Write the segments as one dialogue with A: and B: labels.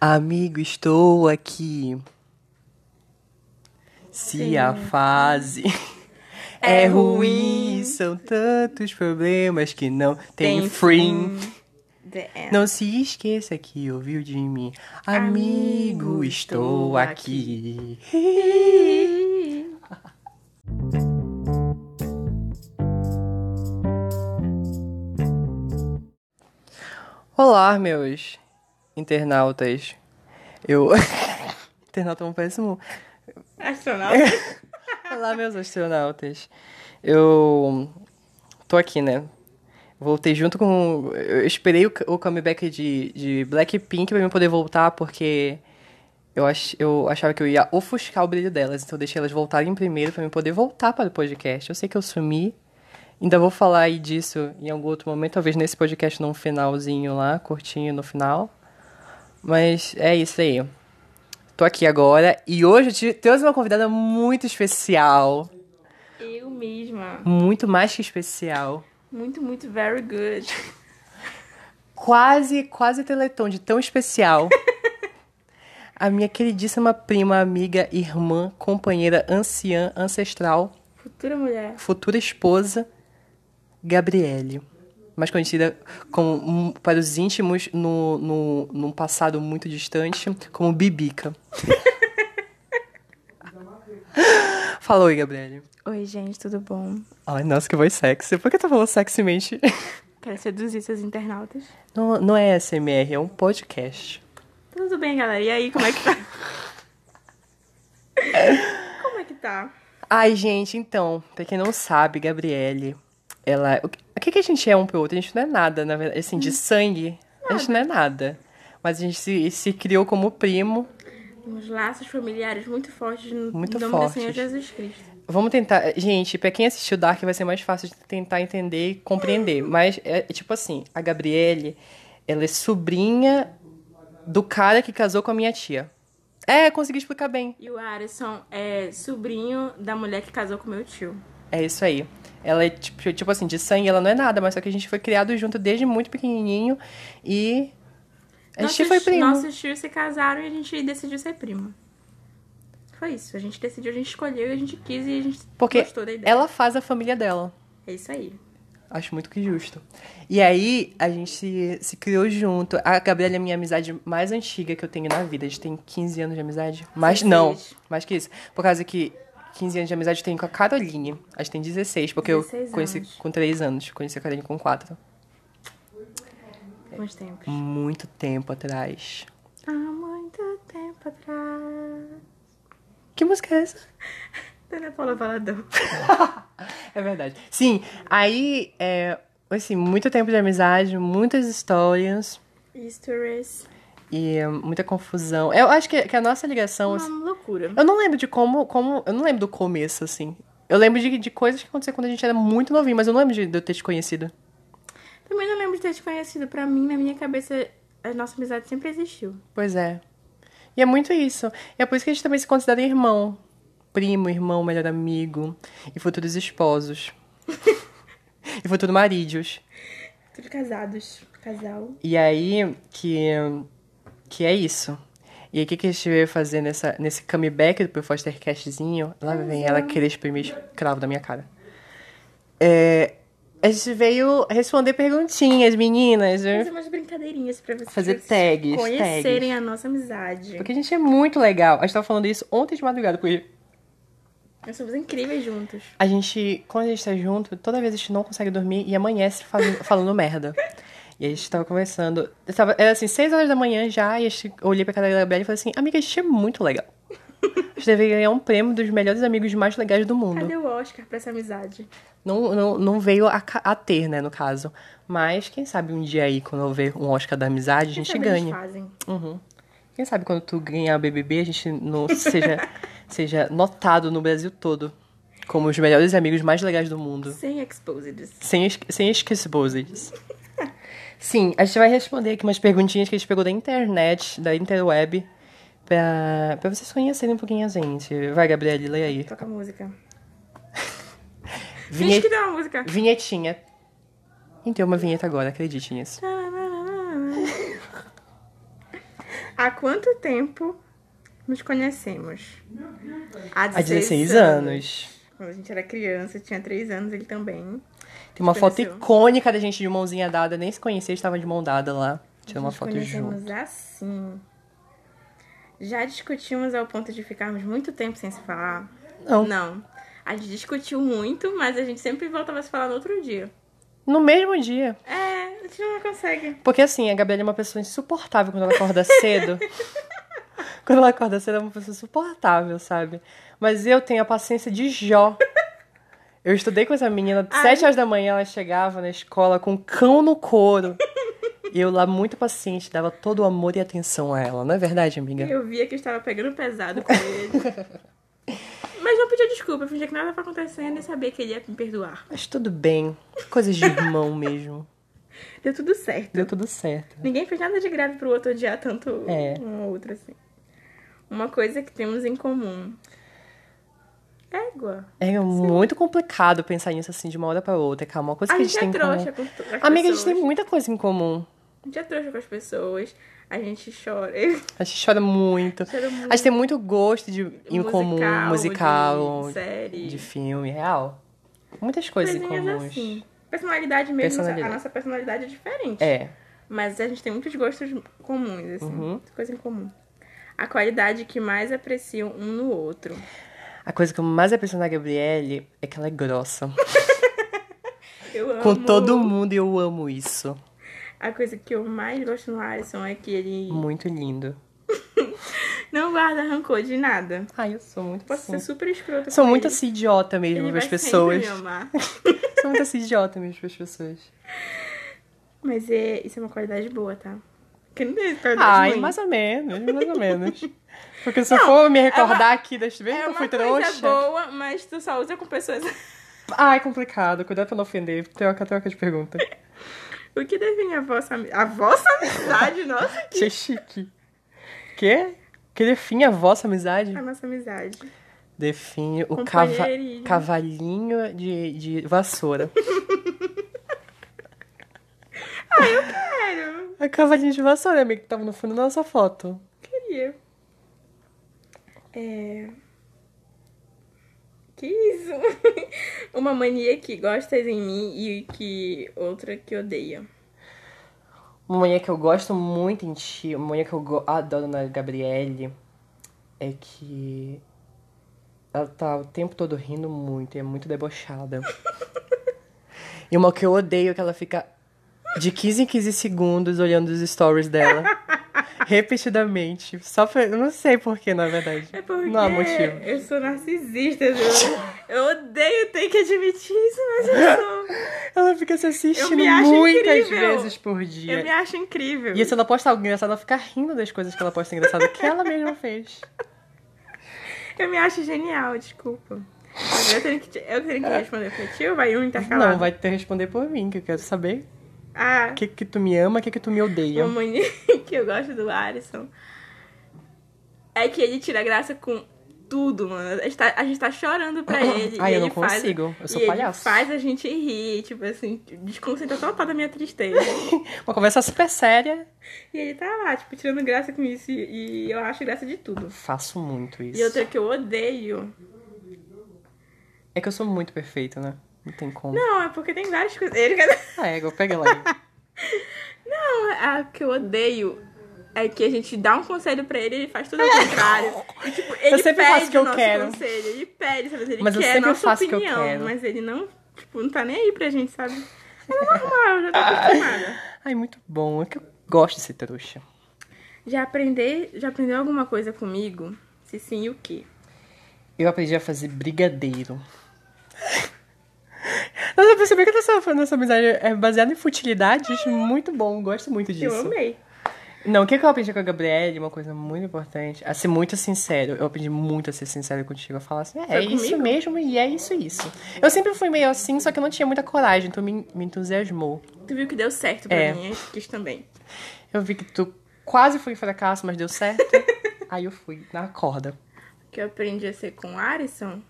A: Amigo, estou aqui. Se a fase é,
B: É
A: ruim,
B: ruim.
A: são tantos problemas que não tem,
B: Tem
A: fim.
B: The end.
A: Não se esqueça que ouviu de mim. Amigo,
B: Amigo,
A: estou
B: estou
A: aqui. Olá, meus internautas. Eu. Internauta é um péssimo.
B: Astronauta.
A: Olá, meus astronautas. Eu tô aqui, né? Voltei junto com. Eu esperei o, o comeback de, de Blackpink pra eu poder voltar, porque eu, ach, eu achava que eu ia ofuscar o brilho delas, então eu deixei elas voltarem primeiro pra eu poder voltar para o podcast. Eu sei que eu sumi. Ainda vou falar aí disso em algum outro momento, talvez nesse podcast num finalzinho lá, curtinho no final. Mas é isso aí. Tô aqui agora e hoje eu te- trouxe uma convidada muito especial.
B: Eu mesma.
A: Muito mais que especial.
B: Muito, muito very good.
A: Quase, quase teleton de tão especial. A minha queridíssima prima, amiga, irmã, companheira, anciã, ancestral,
B: Futura mulher.
A: futura esposa, Gabriele. Mais conhecida como, hum, para os íntimos, no, no, num passado muito distante, como Bibica. Falou aí, Gabriele.
B: Oi, gente, tudo bom?
A: Ai, nossa, que voz sexy. Por que tu falou sexymente?
B: Quero seduzir seus internautas.
A: Não, não é SMR, é um podcast.
B: Tudo bem, galera? E aí, como é que tá? como é que tá?
A: Ai, gente, então, pra quem não sabe, Gabriele, ela. O que, o que que a gente é um pro outro? A gente não é nada, na verdade. Assim, de sangue, a gente não é nada. Mas a gente se, se criou como primo.
B: Uns laços familiares muito fortes no
A: Muito
B: nome
A: fortes.
B: do Senhor Jesus Cristo.
A: Vamos tentar. Gente, pra quem assistiu Dark vai ser mais fácil de tentar entender e compreender. Mas é é tipo assim, a Gabriele, ela é sobrinha do cara que casou com a minha tia. É, consegui explicar bem.
B: E o Arisson é sobrinho da mulher que casou com meu tio.
A: É isso aí. Ela é tipo, tipo assim, de sangue ela não é nada, mas só que a gente foi criado junto desde muito pequenininho e a gente
B: Nossos-
A: foi primo.
B: Nossos tios se casaram e a gente decidiu ser primo. Foi isso. A gente decidiu, a gente escolheu e a gente quis e a gente
A: Porque
B: gostou da ideia.
A: ela faz a família dela.
B: É isso aí.
A: Acho muito que justo. E aí, a gente se, se criou junto. A Gabriela é minha amizade mais antiga que eu tenho na vida. A gente tem 15 anos de amizade. Mas não,
B: 16.
A: mais que isso. Por causa que 15 anos de amizade eu tenho com a Caroline. A gente tem 16, porque
B: 16
A: eu conheci
B: anos.
A: com 3 anos. Conheci a Caroline com 4.
B: Bons tempos.
A: Muito tempo atrás.
B: Há muito tempo atrás.
A: Que música é essa?
B: Dona Paula Valadão.
A: É verdade. Sim, aí, é, assim, muito tempo de amizade, muitas histórias
B: Histories.
A: e é, muita confusão. Eu acho que, que a nossa ligação. assim,
B: Uma loucura.
A: eu não lembro de como, como. Eu não lembro do começo, assim. Eu lembro de, de coisas que aconteceram quando a gente era muito novinho, mas eu não lembro de, de eu ter te conhecido.
B: Também não lembro de ter te conhecido. Pra mim, na minha cabeça, a nossa amizade sempre existiu.
A: Pois é. E é muito isso. E é por isso que a gente também se considera irmão. Primo, irmão, melhor amigo. E futuros esposos. e futuros maridos.
B: Tudo casados. Casal.
A: E aí que, que é isso. E aí o que, que a gente veio fazer nessa, nesse comeback do Pro Fostercastzinho? Lá vem ela querer exprimir cravo da minha cara. É, a gente veio responder perguntinhas, meninas. viu?
B: Fazer umas brincadeirinhas pra vocês
A: Fazer tags,
B: conhecerem a nossa amizade.
A: Porque a gente é muito legal. A gente tava falando isso ontem de madrugada, porque
B: Nós somos incríveis juntos.
A: a gente, quando a gente tá junto, toda vez a gente não consegue dormir e amanhece falando, falando merda. E a gente tava conversando. eu tava- era assim, seis horas da manhã já, e a gente, eu olhei pra cara da Gabriela e falei assim, amiga, a gente é muito legal. A gente deveria ganhar um prêmio dos melhores amigos mais legais do mundo.
B: Cadê o Oscar pra essa amizade?
A: Não, não, não veio a, ca- a ter, né, no caso. Mas quem sabe um dia aí, quando eu ver um Oscar da amizade, a
B: Quem
A: gente
B: sabe
A: ganha.
B: Eles fazem.
A: Uhum. Quem sabe quando tu ganhar o BBB, a gente não seja, seja notado no Brasil todo como os melhores amigos mais legais do mundo.
B: Sem exposeds.
A: Sem, esque- sem esqueciboses. Sim, a gente vai responder aqui umas perguntinhas que a gente pegou da internet, da interweb, pra, pra vocês conhecerem um pouquinho a gente. Vai, Gabriele, lê aí.
B: Toca música. Finge
A: Vinhe-
B: que tá. dá uma música.
A: Vinhetinha. Tem que ter uma vinheta agora, acredite nisso.
B: Há quanto tempo nos conhecemos? Há
A: Há 16 anos.
B: Quando a gente era criança, eu tinha 3 anos, ele também.
A: Tem uma
B: Te
A: foto
B: conheceu.
A: icônica da gente de mãozinha dada, nem se conhecia, estava de mão dada lá. Tirou uma
B: Nos
A: foto
B: conhecemos
A: junto.
B: assim. Já discutimos ao ponto de ficarmos muito tempo sem se falar?
A: Não.
B: Não. A gente discutiu muito, mas a gente sempre voltava a se falar no outro dia.
A: No mesmo dia.
B: É, a gente não consegue.
A: Porque assim, a Gabriela é uma pessoa insuportável quando ela acorda cedo. quando ela acorda cedo, ela é uma pessoa insuportável, sabe? Mas eu tenho a paciência de Jó. Eu estudei com essa menina,
B: Ai.
A: sete horas da manhã ela chegava na escola com um cão no couro. E eu lá muito paciente, dava todo o amor e atenção a ela, não é verdade, amiga?
B: Eu via que eu estava pegando pesado com ele. Mas não pedia desculpa, eu fingia que nada estava acontecendo e sabia que ele ia me perdoar.
A: Mas tudo bem, coisas de irmão mesmo.
B: Deu tudo certo.
A: Deu tudo certo.
B: Ninguém fez nada de grave pro outro odiar tanto
A: É.
B: um ou outro, assim. Uma coisa que temos em comum. Égua.
A: É muito complicado pensar nisso assim de uma hora pra outra, cara. Uma coisa
B: A
A: que
B: gente
A: a
B: é
A: gente tem em
B: trouxa
A: comum.
B: com to- com as
A: Amiga, a
B: pessoas.
A: gente tem muita coisa em comum.
B: A gente é trouxa com as pessoas. A gente chora.
A: A gente chora muito.
B: Chora
A: A gente tem muito gosto de em
B: Musical,
A: comum, musical,
B: de série.
A: de filme, real. Muitas coisas em
B: Coisinhas
A: comuns.
B: assim. Personalidade mesmo,
A: Personalidade.
B: a nossa personalidade é diferente.
A: É.
B: Mas a gente tem muitos gostos comuns, assim.
A: Uhum.
B: Coisa em comum. A qualidade que mais apreciam um no outro.
A: A coisa que eu mais aprecio na Gabriele é que ela é grossa.
B: Eu amo.
A: Com todo mundo e eu amo isso.
B: A coisa que eu mais gosto no Alisson é que ele
A: Muito lindo.
B: não guarda rancor de nada.
A: Ai, eu sou muito
B: Posso
A: assim.
B: ser super escrota
A: Sou
B: com
A: muito
B: ele.
A: assim idiota
B: Ele
A: mesmo com
B: vai
A: as
B: sempre
A: pessoas.
B: me amar.
A: Sou muito assim idiota mesmo com as pessoas.
B: Mas é, isso é uma qualidade boa, tá? Que não tem qualidade
A: Ai,
B: ruim.
A: mais ou menos, mais ou menos. Porque se eu for me recordar aqui das vezes
B: É
A: que eu
B: uma
A: fui
B: coisa
A: trouxa.
B: boa, mas tu só usa com pessoas...
A: Ai, complicado. Cuidado pra não ofender. Troca, troca de pergunta.
B: O que define a vossa... ami- A vossa amizade? Nossa, que...
A: Que chique. Quê? Que define a vossa amizade?
B: A nossa amizade.
A: Define o cava
B: Companheirismo.
A: cavalinho de, de vassoura.
B: Sério,
A: É cavalinho de vassoura, amigo, que tava no fundo da nossa foto.
B: queria. É... Que isso? Uma mania que gostas em mim e que outra que odeia.
A: Uma mania que eu gosto muito em ti, uma mania que eu go- adoro na Gabriele, é que ela tá o tempo todo rindo muito e é muito debochada. e uma que eu odeio é que ela fica de 15 em 15 segundos olhando os stories dela. repetidamente. Só pra... Eu não sei porquê, na verdade.
B: É porque
A: Não há motivo.
B: eu sou narcisista, eu, eu odeio ter que admitir isso, mas eu sou.
A: Ela fica se
B: Eu
A: assistindo
B: me acho
A: muitas
B: incrível.
A: vezes por dia.
B: Eu me acho incrível.
A: é. E se ela posta algo engraçado, ela fica rindo das coisas que ela posta engraçado que ela mesma fez.
B: Eu me acho genial, desculpa. Mas Eu tenho que, te- eu tenho que responder pra ti ou vai um intercalado?
A: É. Não, vai te responder por mim, que eu quero saber
B: Ah,
A: o que que tu me ama, o que que tu me odeia.
B: uma mania que eu gosto do Alisson é que ele tira graça com tudo, mano. A gente tá, a gente tá chorando pra ele.
A: Ah, Ai,
B: e
A: eu
B: ele
A: não consigo,
B: Faz,
A: eu sou
B: e
A: palhaço.
B: Ele faz a gente rir, tipo assim, desconcentra total da minha tristeza.
A: Uma conversa super séria.
B: e ele tá lá, tipo, tirando graça com isso. E e eu acho graça de tudo.
A: Faço muito isso.
B: E outra que eu odeio.
A: É que eu sou muito perfeita, né? Não tem como. Ah, é,
B: Não, é porque tem várias coisas. Ele quer.
A: A égua, pega ela aí.
B: Não, a que eu odeio é que a gente dá um conselho pra ele e ele faz tudo ao contrário. E, tipo, ele
A: sempre
B: pede
A: faço o que eu
B: nosso
A: quero.
B: conselho, ele pede, sabe? Ele
A: Mas eu
B: quer a
A: sempre
B: nossa
A: faço o que eu
B: opinião,
A: quero.
B: mas ele não, tipo, não tá nem aí pra gente, sabe? É normal, eu já tô acostumada.
A: Ai, muito bom. É que eu gosto de ser trouxa.
B: Já, aprender, já aprendeu alguma coisa comigo? Se sim, o quê?
A: Eu aprendi a fazer brigadeiro. Nossa, eu percebi que nossa, nossa amizade é baseada em futilidades. Muito bom, gosto muito disso.
B: Eu amei.
A: Não, o que que eu aprendi com a Gabriele, uma coisa muito importante, a ser muito sincero. Eu aprendi muito a ser sincero contigo, a falar assim, é,
B: Foi
A: isso
B: comigo?
A: mesmo e é isso isso. Eu sempre fui meio assim, só que eu não tinha muita coragem, então me, me entusiasmou.
B: Tu viu que deu certo pra
A: É.
B: mim, eu quis também.
A: Eu vi que tu quase foi um fracasso, mas deu certo. Aí eu fui na corda.
B: que eu aprendi a ser com o Arisson,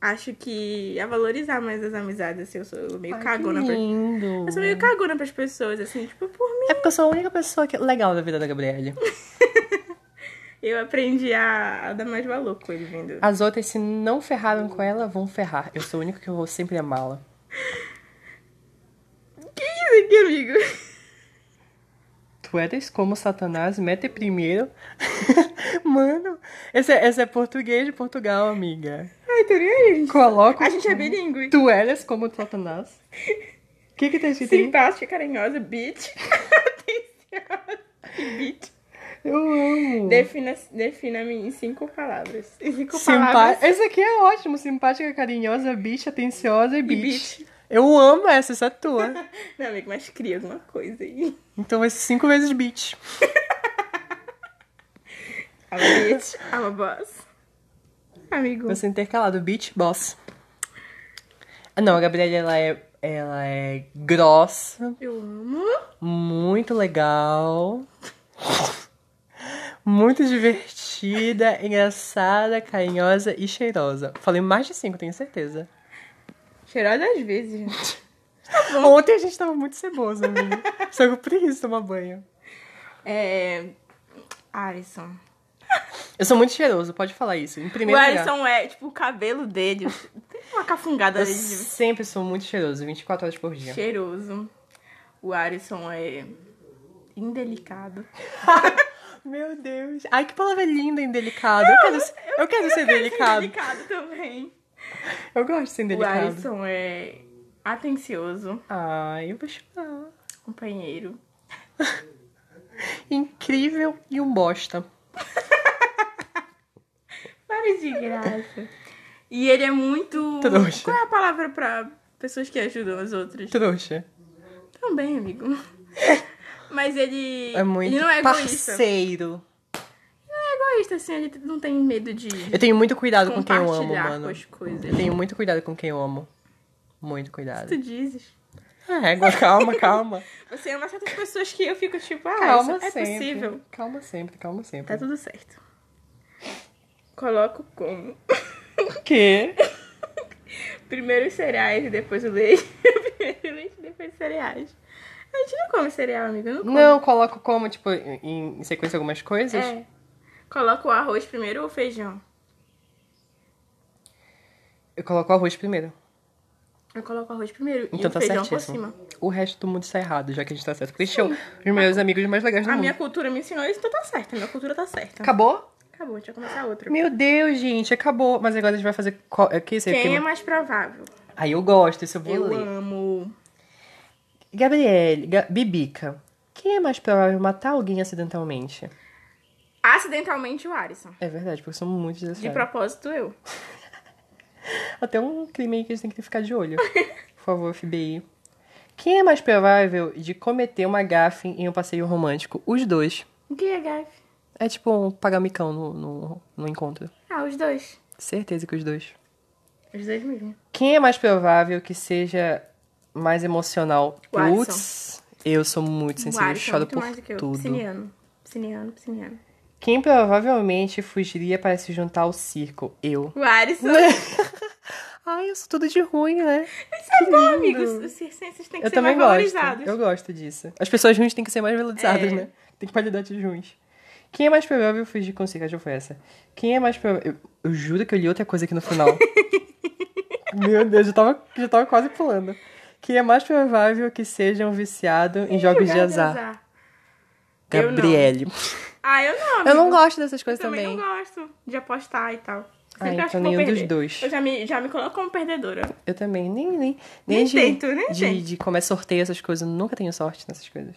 B: acho que a valorizar mais as amizades, assim, eu sou meio
A: Ai,
B: cagona
A: que
B: pra...
A: lindo.
B: Eu sou meio cagona pras pessoas, assim, tipo, por mim.
A: É porque eu sou a única pessoa que... legal da vida da Gabriele.
B: Eu aprendi a, a dar mais valor com ele Ah, vindo.
A: As outras, se não ferraram com ela, vão ferrar. Eu sou o único que eu vou sempre amá-la.
B: Que isso aqui, amigo?
A: Tu eres como Satanás, mete primeiro. Mano, essa, essa é português de Portugal, amiga.
B: Ai, tô nem aí, gente.
A: Coloca.
B: A gente é bilíngue.
A: Tu eres como Satanás. O que que tá escrito aí?
B: Simpática, carinhosa, bitch. Atenciosa e bitch.
A: Eu amo.
B: Defina- Defina-me em cinco palavras. Em cinco
A: Simpa...
B: palavras.
A: Esse aqui é ótimo. Simpática, carinhosa, bicha, atenciosa e bitch.
B: bitch.
A: Eu amo essa, essa é tua.
B: Não, amigo, mas cria alguma coisa aí.
A: Então vai ser cinco vezes bitch.
B: I'm a bitch, I'm a boss. Amigo.
A: Vai ser intercalado, bitch, boss. Ah, Não, a Gabriela, ela é, ela é grossa,
B: Eu amo.
A: muito legal, muito divertida, engraçada, carinhosa e cheirosa. Falei mais de cinco, tenho certeza.
B: Cheirosa às vezes, gente.
A: Ontem a gente tava muito ceboso, amiga. Só que eu preciso tomar banho.
B: É. Alisson.
A: Eu sou muito cheiroso, pode falar isso. Em
B: O
A: primeiro lugar,
B: Alisson é, tipo, o cabelo dele. Tem uma cafungada
A: eu
B: ali de
A: sempre sou muito cheiroso, 24 horas por dia.
B: cheiroso. O Alisson é indelicado.
A: Meu Deus. Ai, que palavra linda e delicada. Eu quero, eu quero ser delicado.
B: Indelicado também.
A: Eu gosto de ser
B: O
A: delicado.
B: Alisson é atencioso,
A: Ai, eu vou chorar.
B: companheiro.
A: Incrível e um bosta.
B: Para de graça. E ele é muito.
A: Trouxa.
B: Qual é a palavra pra pessoas que ajudam as outras?
A: Trouxa.
B: Também, amigo. Mas ele.
A: É muito
B: ele não é egoísta.
A: parceiro.
B: egoísta, assim, ele não tem medo de
A: Eu tenho muito cuidado tá com quem eu amo,
B: compartilhar
A: mano.
B: com as coisas.
A: Eu tenho muito cuidado com quem eu amo. Muito cuidado.
B: Tu dizes.
A: É, agora- calma, calma.
B: Você é ama certas pessoas que eu fico tipo, ah,
A: Calma
B: isso é
A: sempre.
B: possível.
A: Calma sempre, calma sempre.
B: Tá tudo certo. Coloco como? É
A: O quê?
B: Primeiro os cereais e depois o leite. Primeiro o leite e depois os cereais. A gente não come cereal, amiga. Não come.
A: Não, eu coloco como, tipo, em, em sequência algumas coisas.
B: É. Coloca o arroz primeiro ou o feijão?
A: Eu coloco o arroz primeiro.
B: Eu coloco o arroz primeiro e
A: Então
B: o
A: tá
B: feijão
A: certíssimo.
B: por cima.
A: O resto do mundo está errado, já que a gente tá certo. Porque eu, os meus amigos mais legais do
B: A
A: mundo.
B: minha cultura me ensinou isso, então tá certo. A minha cultura tá certa.
A: Acabou?
B: Acabou, deixa eu começar outra.
A: Meu Deus, gente, acabou. Mas agora a gente vai fazer. Co... é, que isso aí,
B: Quem
A: tem-
B: é mais provável?
A: Aí eu gosto, isso eu vou
B: Eu
A: ler.
B: amo.
A: Gabriele, Ga- Bibica. Quem é mais provável matar alguém acidentalmente?
B: Acidentalmente o Alisson.
A: É verdade, porque eu sou muito
B: De
A: desesperada.
B: propósito, eu.
A: Até um crime aí que a gente tem que ficar de olho. Por favor, FBI. Quem é mais provável de cometer uma gafe em um passeio romântico? Os dois.
B: O que é, Gavi?
A: É tipo um pagamicão no, no, no encontro.
B: Ah, os dois.
A: Certeza que os dois.
B: Os dois mesmo.
A: Quem é mais provável que seja mais emocional?
B: O Alisson.
A: Putz, eu sou muito
B: O
A: sensível, eu
B: Alisson é
A: choro
B: muito
A: por
B: mais do que eu.
A: tudo.
B: Pisciniano. Pisciniano, pisciniano.
A: Quem provavelmente fugiria para se juntar ao circo? Eu.
B: O Alisson.
A: Né? Ai, eu sou tudo de ruim, né?
B: Isso é bom, amigos. Os circenses têm que
A: eu
B: ser mais
A: também gosto.
B: valorizados.
A: Eu gosto disso. As pessoas ruins têm que ser mais valorizadas,
B: É.
A: né? Tem qualidade de ruins. Quem é mais provável fugir com o circo? Já foi essa. Quem é mais provável. Eu, eu juro que eu li outra coisa aqui no final. Meu Deus, eu tava, já tava quase pulando. Quem é mais provável que seja um viciado em jogos de
B: Jogar
A: azar?
B: Eu não.
A: Gabriele.
B: Ah, eu não.
A: Eu não
B: amigo.
A: gosto dessas coisas
B: Eu também,
A: também.
B: não gosto de apostar e tal.
A: Ah,
B: Sempre
A: então
B: acho que vou
A: nenhum dos
B: perder.
A: dois.
B: Eu já me, já me coloco como perdedora.
A: Eu também. Nem, nem, nem,
B: Nem
A: de,
B: tento, nem
A: de,
B: tento.
A: de como é sorteio, essas coisas. Eu nunca tenho sorte nessas coisas.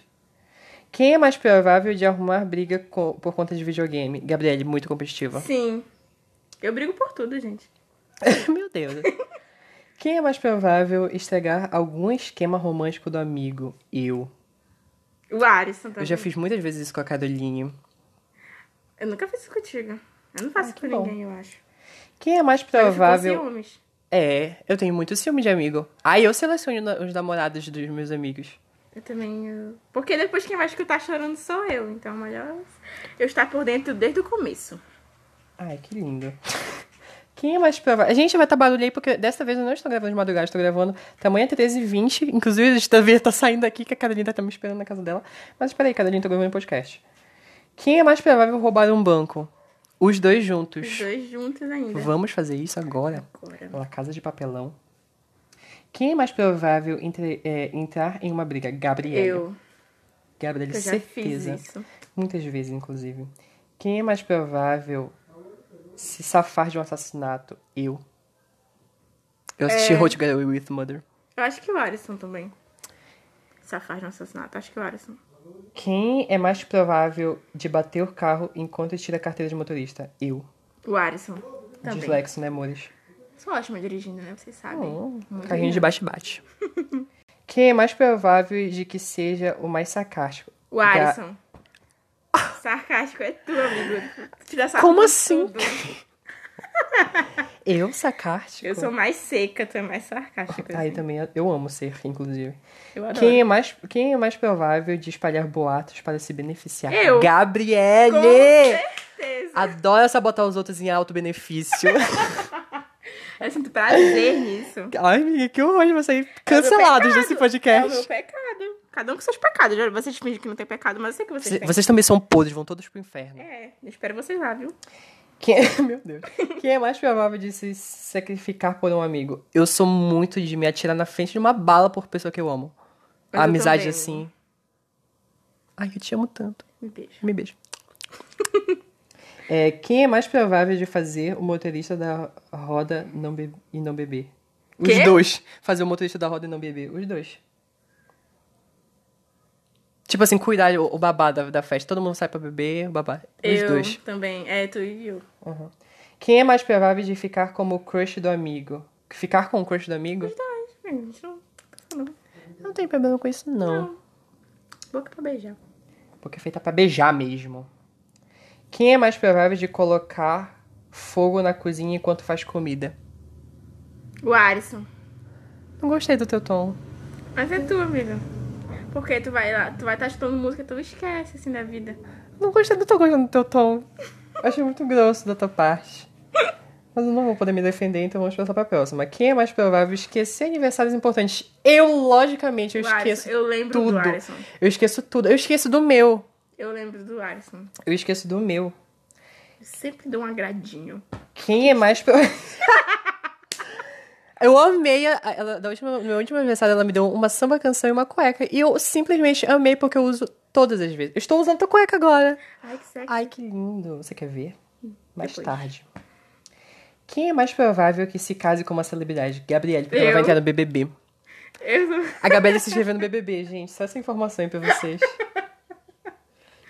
A: Quem é mais provável de arrumar briga co- por conta de videogame? Gabriele, muito competitiva.
B: Sim. Eu brigo por tudo, gente.
A: Meu Deus. Quem é mais provável estragar algum esquema romântico do amigo? Eu.
B: O Alisson também.
A: Eu já fiz muitas vezes isso com a Caroline.
B: Eu nunca fiz isso contigo. Eu não
A: Ah,
B: faço isso
A: que
B: com
A: bom.
B: ninguém, eu acho.
A: Quem é mais
B: Eu
A: provável.
B: ciúmes.
A: É, eu tenho muito ciúme de amigo. Ah, eu seleciono na- os namorados dos meus amigos.
B: Eu também. eu- Porque depois quem vai escutar chorando sou eu. Então, melhor eu estar por dentro desde o começo.
A: Ai, que lindo. Quem é mais provável? A gente vai estar barulho aí, porque dessa vez eu não estou gravando de madrugada, estou gravando tamanho 13h20. Inclusive, a gente também tá saindo aqui, que a Carolina tá me esperando na casa dela. Mas peraí, Carolina, tô gravando podcast. Quem é mais provável roubar um banco? Os dois
B: Os
A: juntos.
B: dois né? juntos ainda.
A: Vamos fazer isso agora?
B: Agora.
A: Uma casa de papelão. Quem é mais provável entre- é, entrar em uma briga? Gabriele.
B: Eu,
A: Gabriele,
B: que eu já
A: certeza.
B: fiz isso.
A: Muitas vezes, inclusive. Quem é mais provável se safar de um assassinato? Eu. Eu assisti
B: É.
A: How to Get Away with Mother.
B: Eu acho que o Alisson também. Safar de um assassinato. Acho que o Alisson.
A: Quem é mais provável de bater o carro enquanto tira a carteira de motorista? Eu.
B: O Alisson. Também.
A: Dislexo, né, amores? Hum,
B: Sou ótima dirigindo, né? Vocês sabem. Muito
A: Carrinho de
B: bem.
A: bate-bate. Quem é mais provável de que seja o mais sarcástico?
B: O Alisson. Sarcástico é tu, amigo. Te dá sarro
A: Como
B: de
A: assim?
B: tudo.
A: Eu, sarcástico?
B: Eu sou mais seca, tu é mais sarcástica.
A: Aí
B: assim.
A: também eu amo ser, inclusive.
B: Eu adoro.
A: tá. Quem é, mais, quem é mais provável de espalhar boatos para se beneficiar?
B: Eu. Com
A: Gabriele!
B: certeza.
A: Adora sabotar os outros em alto benefício.
B: Eu sinto prazer nisso.
A: Ai, amiga, que horror de vocês
B: É o
A: cancelados
B: meu
A: desse
B: pecado. É o meu
A: podcast.
B: pecado. Cada um com seus pecados. olha, Vocês fingem que não tem pecado, mas eu sei que vocês
A: Vocês-
B: têm.
A: Vocês também são podres, vão todos pro inferno.
B: É, eu espero vocês lá, viu?
A: Quem é... Meu Deus. Quem é mais provável de se sacrificar por um amigo? Eu sou muito de me atirar na frente de uma bala por pessoa que eu amo.
B: Mas
A: A
B: eu
A: amizade
B: também.
A: assim. Ai, eu te amo tanto.
B: Me Um beijo.
A: Me beijo. É, quem é mais provável de fazer o motorista da roda não be- e não beber? Os
B: Quê?
A: dois. Fazer o motorista da roda e não beber. Os dois. Tipo assim, cuidar o, o babá da, da festa. Todo mundo sai pra beber, o babá. Os
B: eu
A: dois.
B: também. É, tu e eu.
A: Uhum. Quem é mais provável de ficar como o crush do amigo? Ficar com o crush do amigo?
B: É, A gente não. não.
A: Não tem problema com isso, não.
B: Boca pra beijar.
A: Porque é feita pra beijar mesmo. Quem é mais provável de colocar fogo na cozinha enquanto faz comida?
B: O Alisson.
A: Não gostei do teu tom.
B: Mas é tu, amiga. Porque tu vai lá, tu vai estar estudando música, tu esquece assim da vida.
A: Não gostei do teu, do teu tom. Achei muito grosso da tua parte. Mas eu não vou poder me defender, então vamos passar pra próxima. Quem é mais provável esquecer aniversários importantes? Eu, logicamente, eu
B: O
A: esqueço.
B: Alisson. Eu lembro
A: tudo.
B: do Alisson.
A: Eu esqueço tudo. Eu esqueço do meu.
B: Eu lembro do Alisson.
A: Eu esqueço do meu.
B: Eu sempre dou um agradinho.
A: Quem é mais pro... Eu amei, a- ela, da última, no meu último aniversário ela me deu uma samba canção e uma cueca. E eu simplesmente amei porque eu uso todas as vezes. Eu estou usando tua cueca agora.
B: Ai, que sexy.
A: Ai, que lindo. Você quer ver? Mais
B: Depois.
A: tarde. Quem é mais provável que se case com uma celebridade? Gabriele, porque ela vai
B: Eu.
A: entrar no BBB.
B: Eu não...
A: A Gabriele se inscreveu no BBB, gente. Só essa informação aí pra vocês.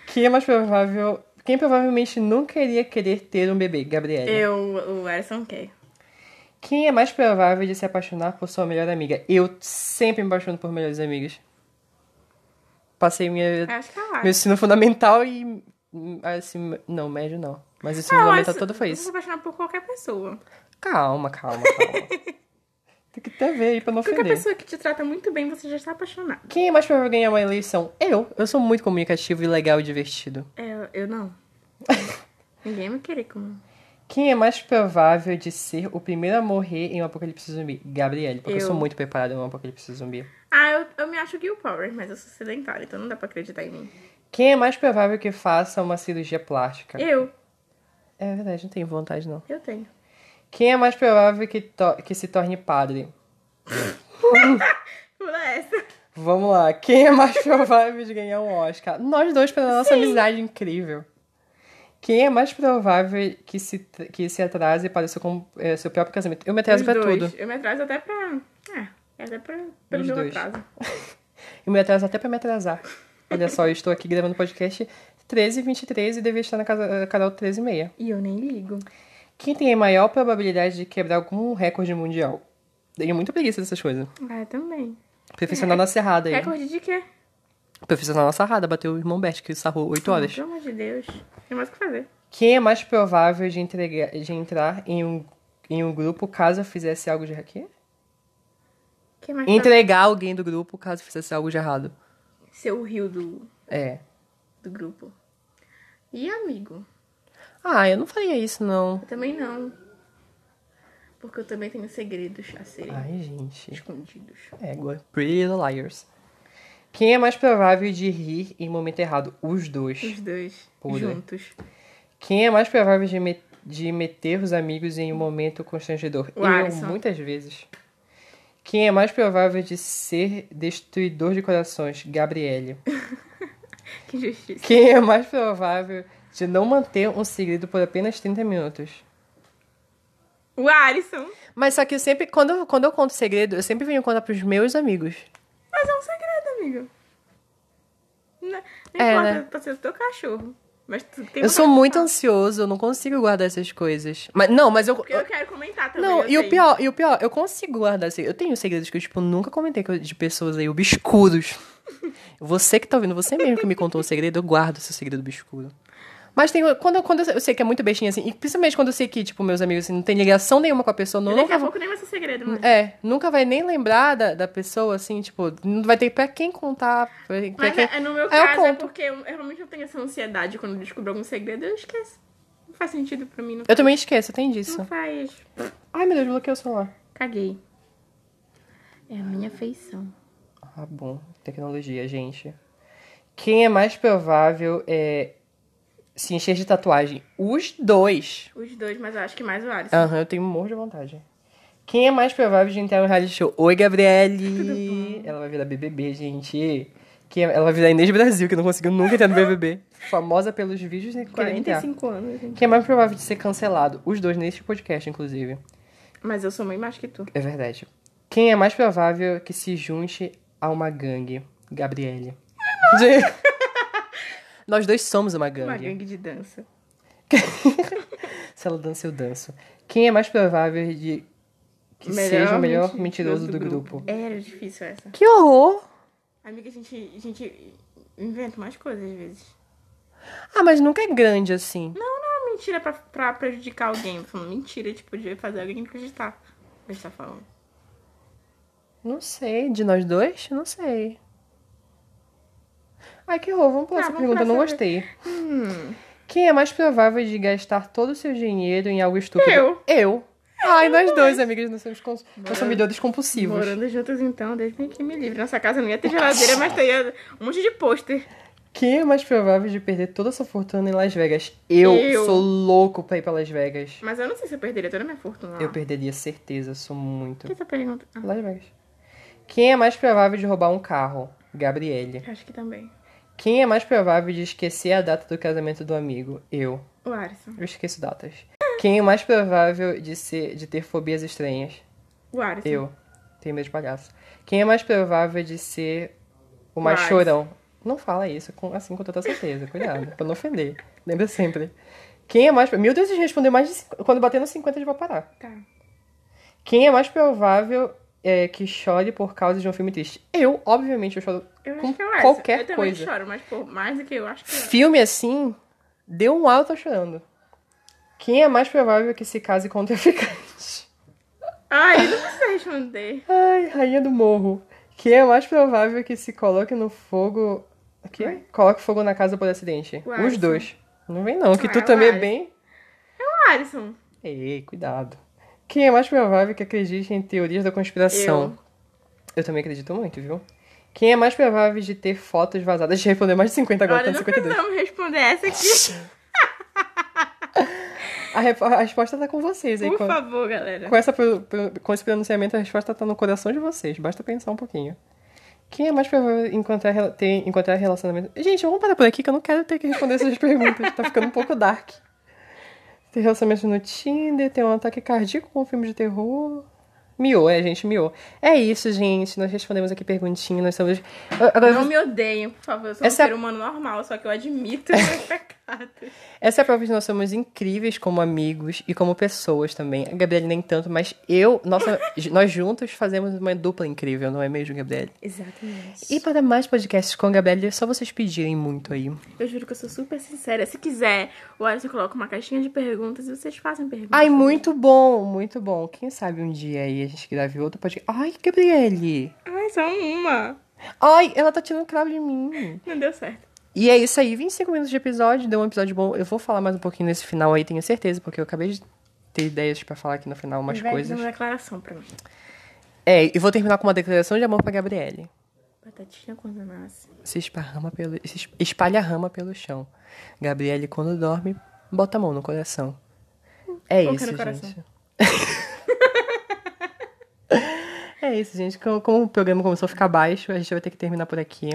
A: Quem é mais provável... Quem provavelmente nunca iria querer ter um bebê? Gabriele.
B: Eu, o Alisson quer.
A: Quem é mais provável de se apaixonar por sua melhor amiga? Eu sempre me apaixono por melhores amigos. Passei minha,
B: Acho que é o
A: meu
B: Alisson.
A: ensino fundamental e. hum, Assim, não, médio não. Mas o ensino
B: Ah, o
A: fundamental
B: Alisson-
A: todo foi
B: eu vou
A: isso.
B: me apaixonar por qualquer pessoa.
A: Calma, calma, calma. Tem que ter a ver aí pra não
B: Qualquer
A: ofender.
B: pessoa que te trata muito bem, você já está apaixonado.
A: Quem é mais provável ganhar uma eleição? Eu. Eu sou muito comunicativo e legal e divertido.
B: É, eu não. Ninguém me querer como.
A: Quem é mais provável de ser o primeiro a morrer em um apocalipse zumbi? Gabriele, porque eu,
B: Eu.
A: sou muito preparada em um apocalipse zumbi.
B: Ah, eu, eu me acho Gil Power, mas eu sou sedentária, então não dá pra acreditar em mim.
A: Quem é mais provável que faça uma cirurgia plástica?
B: Eu,
A: É verdade, não tenho vontade, não.
B: eu tenho.
A: Quem é mais provável que, to- que se torne padre?
B: Pula essa.
A: Vamos lá. Quem é mais provável de ganhar um Oscar? Nós dois, pela nossa amizade incrível. Quem é mais provável que se, tr- que se atrase para o seu, com- eh, seu próprio casamento? Eu me atraso
B: Os
A: pra
B: dois.
A: tudo.
B: Eu me atraso até pra. É, até pra, pelo
A: Os
B: meu
A: dois.
B: atraso.
A: Eu me atraso até pra me atrasar. Olha só, eu estou aqui gravando podcast 13h23 e devia estar na casa, eh, Carol 13 e meia.
B: E eu nem ligo.
A: Quem tem a maior probabilidade de quebrar algum recorde mundial? Tenho muita preguiça dessas coisas.
B: Ah, eu também.
A: Profissional na Serrada aí.
B: É, Recorde de quê?
A: Profissional na sarrada, bateu o irmão Bert, que sarrou 8 horas.
B: Pelo amor de Deus. Tem mais o que fazer.
A: Quem é mais provável de, entregar, de entrar em um, em um grupo caso fizesse algo de aqui?
B: Quem mais
A: Entregar alguém do grupo caso fizesse algo de errado.
B: pra ser o rio do,
A: É.
B: do grupo? E amigo?
A: Ah, eu não faria isso, não.
B: Eu também não. Porque eu também tenho segredos a serem
A: Ai, gente.
B: escondidos.
A: Égua. Pretty Little Liars. Quem é mais provável de rir em momento errado? Os dois.
B: Os dois
A: Podre.
B: juntos.
A: Quem é mais provável de, me- de meter os amigos em um momento constrangedor?
B: O
A: eu,
B: Alisson.
A: muitas vezes. Quem é mais provável de ser destruidor de corações? Gabriele.
B: Que injustiça.
A: Quem é mais provável de não manter um segredo por apenas 30 minutos?
B: O Alisson.
A: Mas só que eu sempre, quando, eu- quando eu conto segredo, eu sempre venho contar pros meus amigos.
B: Mas é um segredo, amigo. Não, não
A: É,
B: importa,
A: né?
B: pode ser o teu cachorro. Mas tu tem
A: Eu
B: vontade
A: sou
B: de
A: muito
B: falar,
A: ansioso, eu não consigo guardar essas coisas. Mas não, mas eu.
B: Porque eu quero comentar também.
A: Não,
B: eu
A: e o
B: sei.
A: pior, e o pior, eu consigo guardar segredos. Eu tenho segredos que eu, tipo, nunca comentei que eu- de pessoas aí, obscuros. Você que tá ouvindo, você mesmo que me contou o segredo, eu guardo seu segredo obscuro. Mas tem, quando, quando eu sei que é muito bestinha, assim, e principalmente quando eu sei que, tipo, meus amigos, assim, não tem ligação nenhuma com a pessoa,
B: E
A: não,
B: daqui
A: nunca,
B: a pouco nem vai ser segredo, mas...
A: é, nunca vai nem lembrar da, da pessoa, assim, tipo, não vai ter pra quem contar. Pra, pra
B: Mas
A: quem...
B: é- no meu
A: eu
B: caso é
A: conto.
B: porque eu, eu realmente eu tenho essa ansiedade. Quando eu descubro algum segredo, eu esqueço. Não faz sentido pra mim. Não,
A: Eu também esqueço, tem disso.
B: não faz.
A: Ai, meu Deus, bloqueei o celular.
B: Caguei. É a minha feição.
A: Ah, bom. Tecnologia, gente. Quem é mais provável é se encher de tatuagem? Os dois.
B: Os dois, mas eu acho que mais o Alisson.
A: Aham, eu tenho um monte de vontade. Quem é mais provável de entrar no reality show? Oi, Gabriele! Ela vai virar BBB, gente. Quem é- Ela vai virar Inês Brasil, que não conseguiu nunca entrar no BBB. Famosa pelos vídeos né? e querer entrar.
B: 45 anos, gente.
A: Quem é mais provável de ser cancelado? Os dois neste podcast, inclusive.
B: Mas eu sou mãe mais que tu.
A: É verdade. Quem é mais provável que se junte a uma gangue? Gabriele. De- Nós dois somos uma gangue.
B: Uma gangue de dança.
A: Se ela dança, eu danço. Quem é mais provável de que seja o melhor
B: menti-
A: mentiroso do grupo?
B: É, Era difícil essa.
A: Que horror!
B: Amiga, a gente, a gente inventa mais coisas às vezes.
A: Ah, mas nunca é grande assim.
B: Não, não é mentira pra, pra prejudicar alguém. Eu falo mentira, tipo, de fazer alguém acreditar. A gente tá falando.
A: Não sei. De nós dois? Não sei. Ai, que horror. Vamos pular
B: Ah,
A: essa
B: vamos
A: pergunta. Eu não
B: pular essa-
A: gostei.
B: Hum.
A: Quem é mais provável de gastar todo o seu dinheiro em algo estúpido?
B: Eu.
A: Eu. Ai, nós dois, amigas, nós somos cons- consumidores compulsivos.
B: Morando juntas então, Deus bem que me livre. Nossa casa não ia ter geladeira, mas teria um monte de pôster.
A: Quem é mais provável de perder toda a sua fortuna em Las Vegas? Eu,
B: Eu.
A: sou louco pra ir pra Las Vegas.
B: Mas eu não sei se eu perderia toda a minha fortuna. lá.
A: Eu perderia certeza, sou muito.
B: Que essa pergunta? Ah,
A: Las Vegas. Quem é mais provável de roubar um carro? Gabriele.
B: Ah, eu acho que também.
A: Quem é mais provável de esquecer a data do casamento do amigo? Eu.
B: O Alisson.
A: Eu esqueço datas. Quem é mais provável de ser de ter fobias estranhas?
B: O Alisson.
A: Eu. Tenho medo de palhaço. Quem é mais provável de ser o mais
B: Quais?
A: chorão? Não fala isso com, assim com tanta certeza. Cuidado, pra não ofender. Lembra sempre. Quem é mais... Meu Deus, a gente respondeu mais de... cinqu- Quando bater nos 50, a gente vai parar.
B: Tá.
A: Quem é mais provável é, que chore por causa de um filme triste? Eu, obviamente, eu choro
B: Eu
A: com
B: acho que é o Alisson.
A: qualquer
B: eu também
A: coisa.
B: choro, mas por mais do que eu acho que é.
A: Filme assim, deu um alto chorando. Quem é mais provável que se case com um traficante?
B: Ai, eu não sei responder.
A: Ai, rainha do morro. Que é mais provável que se coloque no fogo. O quê? Coloque fogo na casa por acidente.
B: O
A: Os
B: Alisson.
A: dois. Não vem não, que
B: Ah,
A: tu
B: é o
A: também é
B: Alisson.
A: bem.
B: O Alisson.
A: Ei, cuidado. Quem é mais provável que acredite em teorias da conspiração? Eu, também acredito muito, viu? Quem é mais provável de ter fotos vazadas? De responder mais de 50 agora, tá
B: Olha,
A: no
B: não
A: 52.
B: precisamos responder essa aqui.
A: A, rep- a resposta tá com vocês aí.
B: Por
A: com-
B: favor, galera.
A: É. Com, essa, pro- pro- com esse pronunciamento, a resposta tá no coração de vocês. Basta pensar um pouquinho. Quem é mais provável encontrar, rela- ter, encontrar relacionamento? Gente, vamos parar por aqui que eu não quero ter que responder essas perguntas. Tá ficando um pouco dark. Ter relacionamento no Tinder, ter um ataque cardíaco com um filme de terror. Miou, é, gente, miou. É isso, gente. Nós respondemos aqui perguntinha. Nós somos. Ah, Agora,
B: Não me odeiem, por favor. Eu sou
A: é Essa- é
B: um ser humano normal, só que eu admito meus pecados.
A: Essa é a prova de que nós somos incríveis como amigos e como pessoas também. A Gabriele nem tanto, mas eu, nossa, nós juntos fazemos uma dupla incrível, não é mesmo, Gabriele?
B: Exatamente.
A: E para mais podcasts com a Gabriele, é só vocês pedirem muito aí.
B: Eu juro que eu sou super sincera. Se quiser, o Alisson coloca uma caixinha de perguntas e vocês fazem perguntas.
A: Ai, muito bom, muito bom. Quem sabe um dia aí a gente grave outro podcast. Ai, Gabriele!
B: Ai, Ah, só uma.
A: Ai, ela tá tirando cravo de mim.
B: Não deu certo.
A: E é isso aí, 25 minutos de episódio, deu um episódio bom. Eu vou falar mais um pouquinho nesse final aí, tenho certeza, porque eu acabei de ter ideias pra falar aqui no final umas
B: Vai fazer
A: coisas.
B: uma declaração pra mim.
A: É, e vou terminar com uma declaração de amor pra Gabriele.
B: Batatinha quando nasce.
A: se esparrama pelo se es- espalha a rama pelo chão. Gabriele quando dorme Bota a mão no coração. É
B: Coloquei
A: isso,
B: no coração.
A: gente. é isso, gente. Como, como o programa começou a ficar baixo, a gente vai ter que terminar por aqui.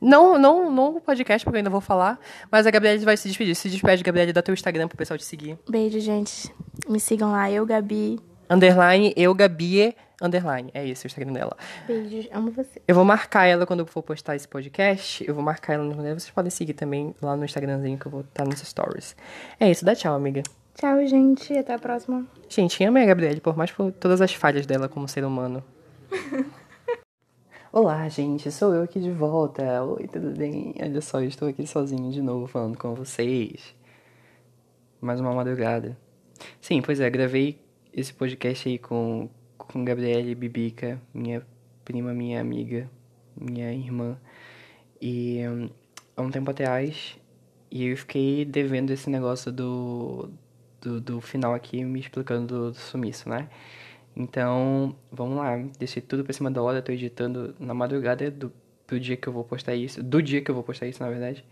A: Não, não, não o podcast, porque eu ainda vou falar. Mas a Gabriele vai se despedir. Se despede, Gabriele, dá teu Instagram pro pessoal te seguir.
B: Beijo, gente. Me sigam lá, eu, Gabi.
A: Underline, eu, Gabie, underline. É isso, o Instagram dela.
B: Beijos, amo você.
A: Eu vou marcar ela quando eu for postar esse podcast. Eu vou marcar ela no Vocês podem seguir também lá no Instagramzinho que eu vou estar nos stories. É isso, dá tchau, amiga.
B: Tchau, gente. Até a próxima.
A: Gente, amei a Gabriele, por mais por todas as falhas dela como ser humano. Olá, gente, sou eu aqui de volta. Oi, tudo bem? Olha só, eu estou aqui sozinho de novo falando com vocês. Mais uma madrugada. Sim, pois é, gravei esse podcast aí com, com Gabriele Bibica, minha prima, minha amiga, minha irmã. E hum, há um tempo atrás, e eu fiquei devendo esse negócio do, do, do final aqui, me explicando do, do sumiço, né? Então, vamos lá. Deixei tudo pra cima da hora, tô editando na madrugada do, do dia que eu vou postar isso. Do dia que eu vou postar isso, na verdade.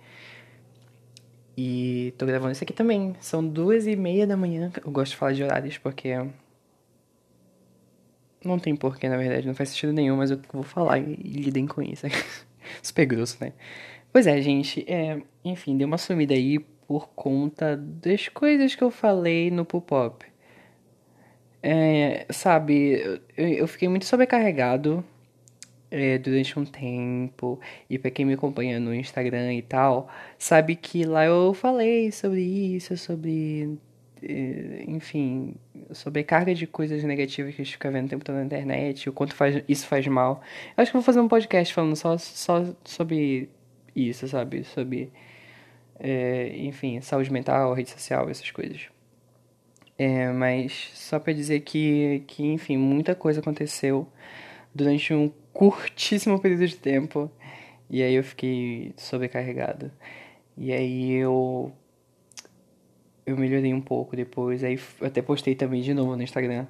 A: E tô gravando isso aqui também. São duas e meia da manhã. Eu gosto de falar de horários porque. Não tem porquê, na verdade. Não faz sentido nenhum, mas eu vou falar e, e lidem com isso. Super grosso, né? Pois é, gente. É, enfim, deu uma sumida aí por conta das coisas que eu falei no pop-up. É, sabe, eu, eu fiquei muito sobrecarregado é, durante um tempo. E pra quem me acompanha no Instagram e tal, sabe que lá eu falei sobre isso, sobre. é, Enfim, sobrecarga de coisas negativas que a gente fica vendo o tempo todo na internet, o quanto faz, isso faz mal. Eu acho que eu vou fazer um podcast falando só, só sobre isso, sabe? Sobre, é, enfim, saúde mental, rede social, essas coisas. É, mas só pra dizer que, que, enfim, muita coisa aconteceu durante um curtíssimo período de tempo. E aí eu fiquei sobrecarregado. E aí eu. Eu melhorei um pouco depois. Aí f- até postei também de novo no Instagram.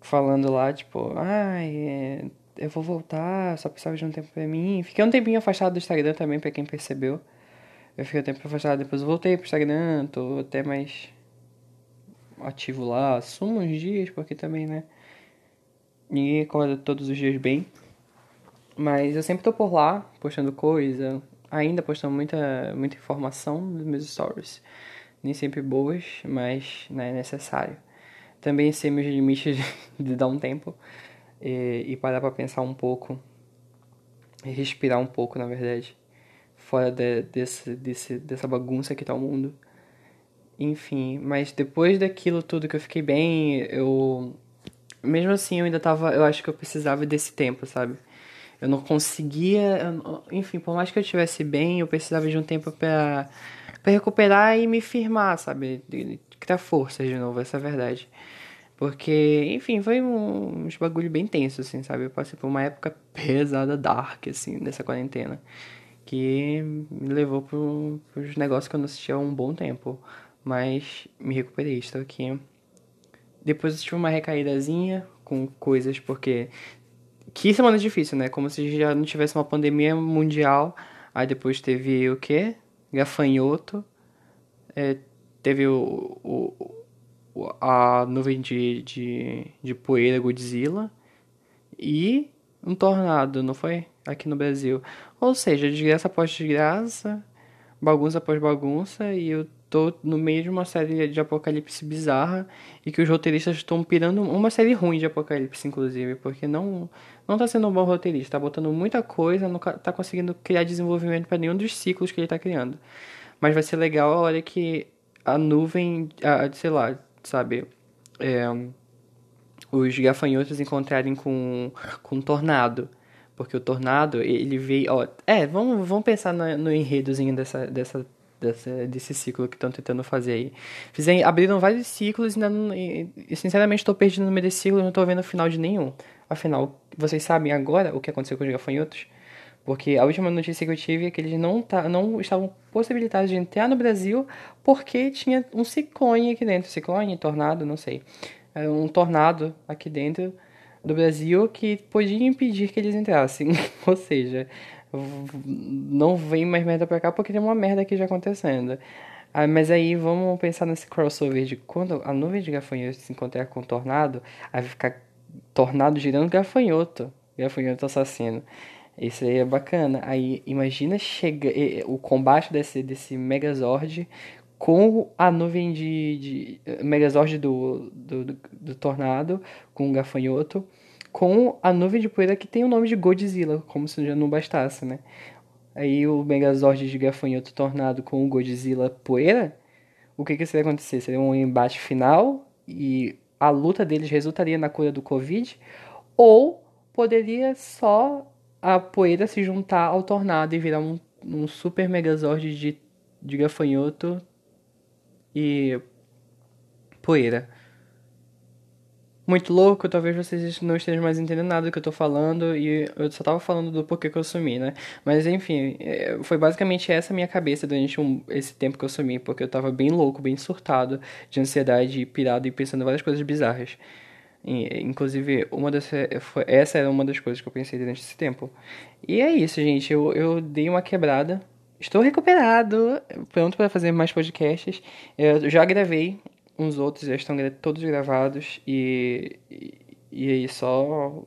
A: Falando lá, tipo, ai, é, eu vou voltar, só precisava de um tempo pra mim. Fiquei um tempinho afastado do Instagram também, pra quem percebeu. Eu fiquei um tempo afastado, depois eu voltei pro Instagram, tô até mais ativo lá, sumo uns dias, porque também, né? Ninguém acorda todos os dias bem. Mas eu sempre tô por lá, postando coisa, ainda postando muita, muita informação nos meus stories. Nem sempre boas, mas né, é necessário. Também sei meus limites de dar um tempo e, e parar pra pensar um pouco, e respirar um pouco, na verdade, fora de- desse, desse, dessa bagunça que tá o mundo. Enfim, mas depois daquilo tudo que eu fiquei bem, eu. Mesmo assim, eu ainda tava. Eu acho que eu precisava desse tempo, sabe? Eu não conseguia. eu não- enfim, por mais que eu estivesse bem, eu precisava de um tempo pra, pra recuperar e me firmar, sabe? De- Criar forças de novo, essa é a verdade. Porque, enfim, foi um, uns bagulho bem tenso, assim, sabe? Eu passei por uma época pesada, dark, assim, dessa quarentena. Que me levou pro, pros negócios que eu não assistia há um bom tempo. Mas me recuperei, estou aqui. Depois eu tive uma recaídazinha com coisas, porque. Que semana difícil, né? Como se já não tivesse uma pandemia mundial. Aí depois teve o quê? Gafanhoto. É, teve o, o- o- a nuvem de, de, de poeira Godzilla. E um tornado, não foi? Aqui no Brasil. Ou seja, desgraça após desgraça, bagunça após bagunça, e eu tô no meio de uma série de apocalipse bizarra e que os roteiristas estão pirando uma série ruim de apocalipse, inclusive, porque não não tá sendo um bom roteirista, tá botando muita coisa, não ca- tá conseguindo criar desenvolvimento para nenhum dos ciclos que ele tá criando. Mas vai ser legal a hora que a nuvem, a, sei lá, sabe, é, os gafanhotos encontrarem com, com um tornado. Porque o tornado, ele veio. Ó, é, vamos, vamos pensar na- no, enredozinho dessa, dessa, dessa- desse ciclo que estão tentando fazer aí. Fizeram, abriram vários ciclos e, ainda não, e- e, sinceramente estou perdido no meio desse ciclo e não estou vendo o final de nenhum. Afinal, vocês sabem agora o que aconteceu com os gafanhotos? Porque a última notícia que eu tive é que eles não, tá, não estavam possibilitados de entrar no Brasil porque tinha um ciclone aqui dentro. Ciclone, tornado, não sei. Era um tornado aqui dentro do Brasil que podia impedir que eles entrassem. Ou seja, v- não vem mais merda pra cá porque tem uma merda aqui já acontecendo. Ah, mas aí vamos pensar nesse crossover de quando a nuvem de gafanhoto se encontrar com o tornado, aí vai ficar tornado girando gafanhoto. Gafanhoto assassino. Isso aí é bacana. Aí imagina chega e- e- o combate desse, desse Megazord com a nuvem de. de Megazord do, do, do, do tornado, com o gafanhoto, com a nuvem de poeira que tem o nome de Godzilla, como se já não bastasse, né? Aí o Megazord de gafanhoto tornado com o Godzilla poeira, o que que isso vai acontecer? Seria um embate final e a luta deles resultaria na cura do Covid? Ou poderia só a poeira se juntar ao tornado e virar um, um super Megazord de, de gafanhoto e poeira? Muito louco, talvez vocês não estejam mais entendendo nada do que eu tô falando e eu só tava falando do porquê que eu sumi, né? Mas enfim, é, foi basicamente essa minha cabeça durante um- esse tempo que eu sumi, porque eu tava bem louco, bem surtado de ansiedade, pirado e pensando várias coisas bizarras. E, inclusive, uma das, eh, foi- essa era uma das coisas que eu pensei durante esse tempo. E é isso, gente, eu, eu dei uma quebrada. Estou recuperado, pronto para fazer mais podcasts. Eu já gravei uns outros, já estão gra- todos gravados e, e, e aí só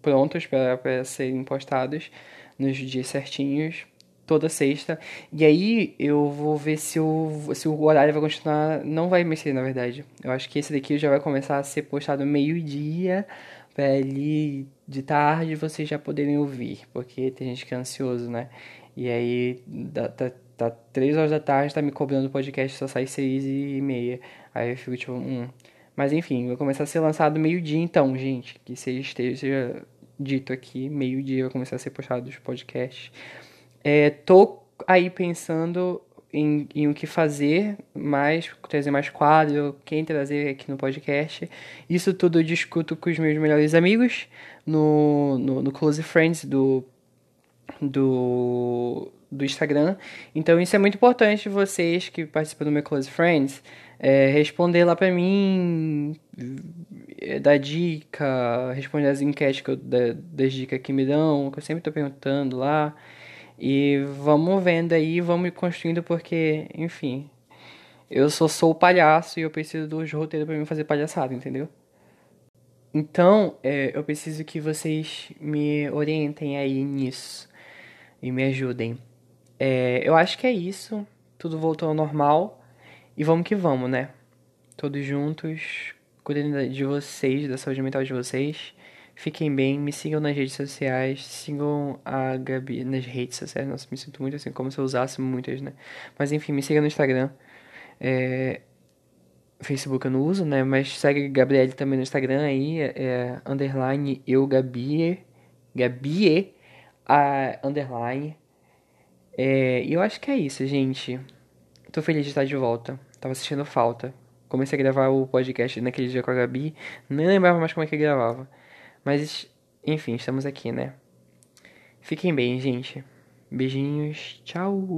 A: prontos para serem postados nos dias certinhos, toda sexta. E aí eu vou ver se o, se o horário vai continuar. Não vai mexer, na verdade. Eu acho que esse daqui já vai começar a ser postado meio-dia, pra ali de tarde vocês já poderem ouvir, porque tem gente que é ansioso, né? E aí dá- tá, tá três horas da tarde, tá me cobrando o podcast, só sai seis e meia. Aí eu fico tipo, hum. Mas enfim, vai começar a ser lançado meio-dia então, gente. Que se esteja dito aqui, meio-dia vai começar a ser postado os podcasts. É, tô aí pensando em, em o que fazer mais, trazer mais quadro, quem trazer aqui no podcast. Isso tudo eu discuto com os meus melhores amigos no, no, no Close Friends do do, do Instagram. Então isso é muito importante vocês que participam do meu Close Friends é, responder lá pra mim, é, dar dica, responder as enquetes que eu, da- das dicas que me dão, que eu sempre tô perguntando lá. E vamos vendo aí, vamos construindo porque, enfim, eu só sou o palhaço e eu preciso dos roteiros pra mim fazer palhaçada, entendeu? Então, é, eu preciso que vocês me orientem aí nisso e me ajudem. É, eu acho que é isso. Tudo voltou ao normal. E vamos que vamos, né? Todos juntos, cuidem da- de vocês, da saúde mental de vocês. Fiquem bem, me sigam nas redes sociais, sigam a Gabi nas redes sociais. Nossa, me sinto muito assim, como se eu usasse muitas, né? Mas enfim, me sigam no Instagram. É, Facebook eu não uso, né? Mas segue Gabriele também no Instagram aí, é underline eu Gabi, Gabie, a, underline. É, e eu acho que é isso, gente. Tô feliz de estar de volta. Tava assistindo falta. Comecei a gravar o podcast naquele dia com a Gabi. Nem lembrava mais como é que gravava. Mas, enfim, estamos aqui, né? Fiquem bem, gente. Beijinhos. Tchau.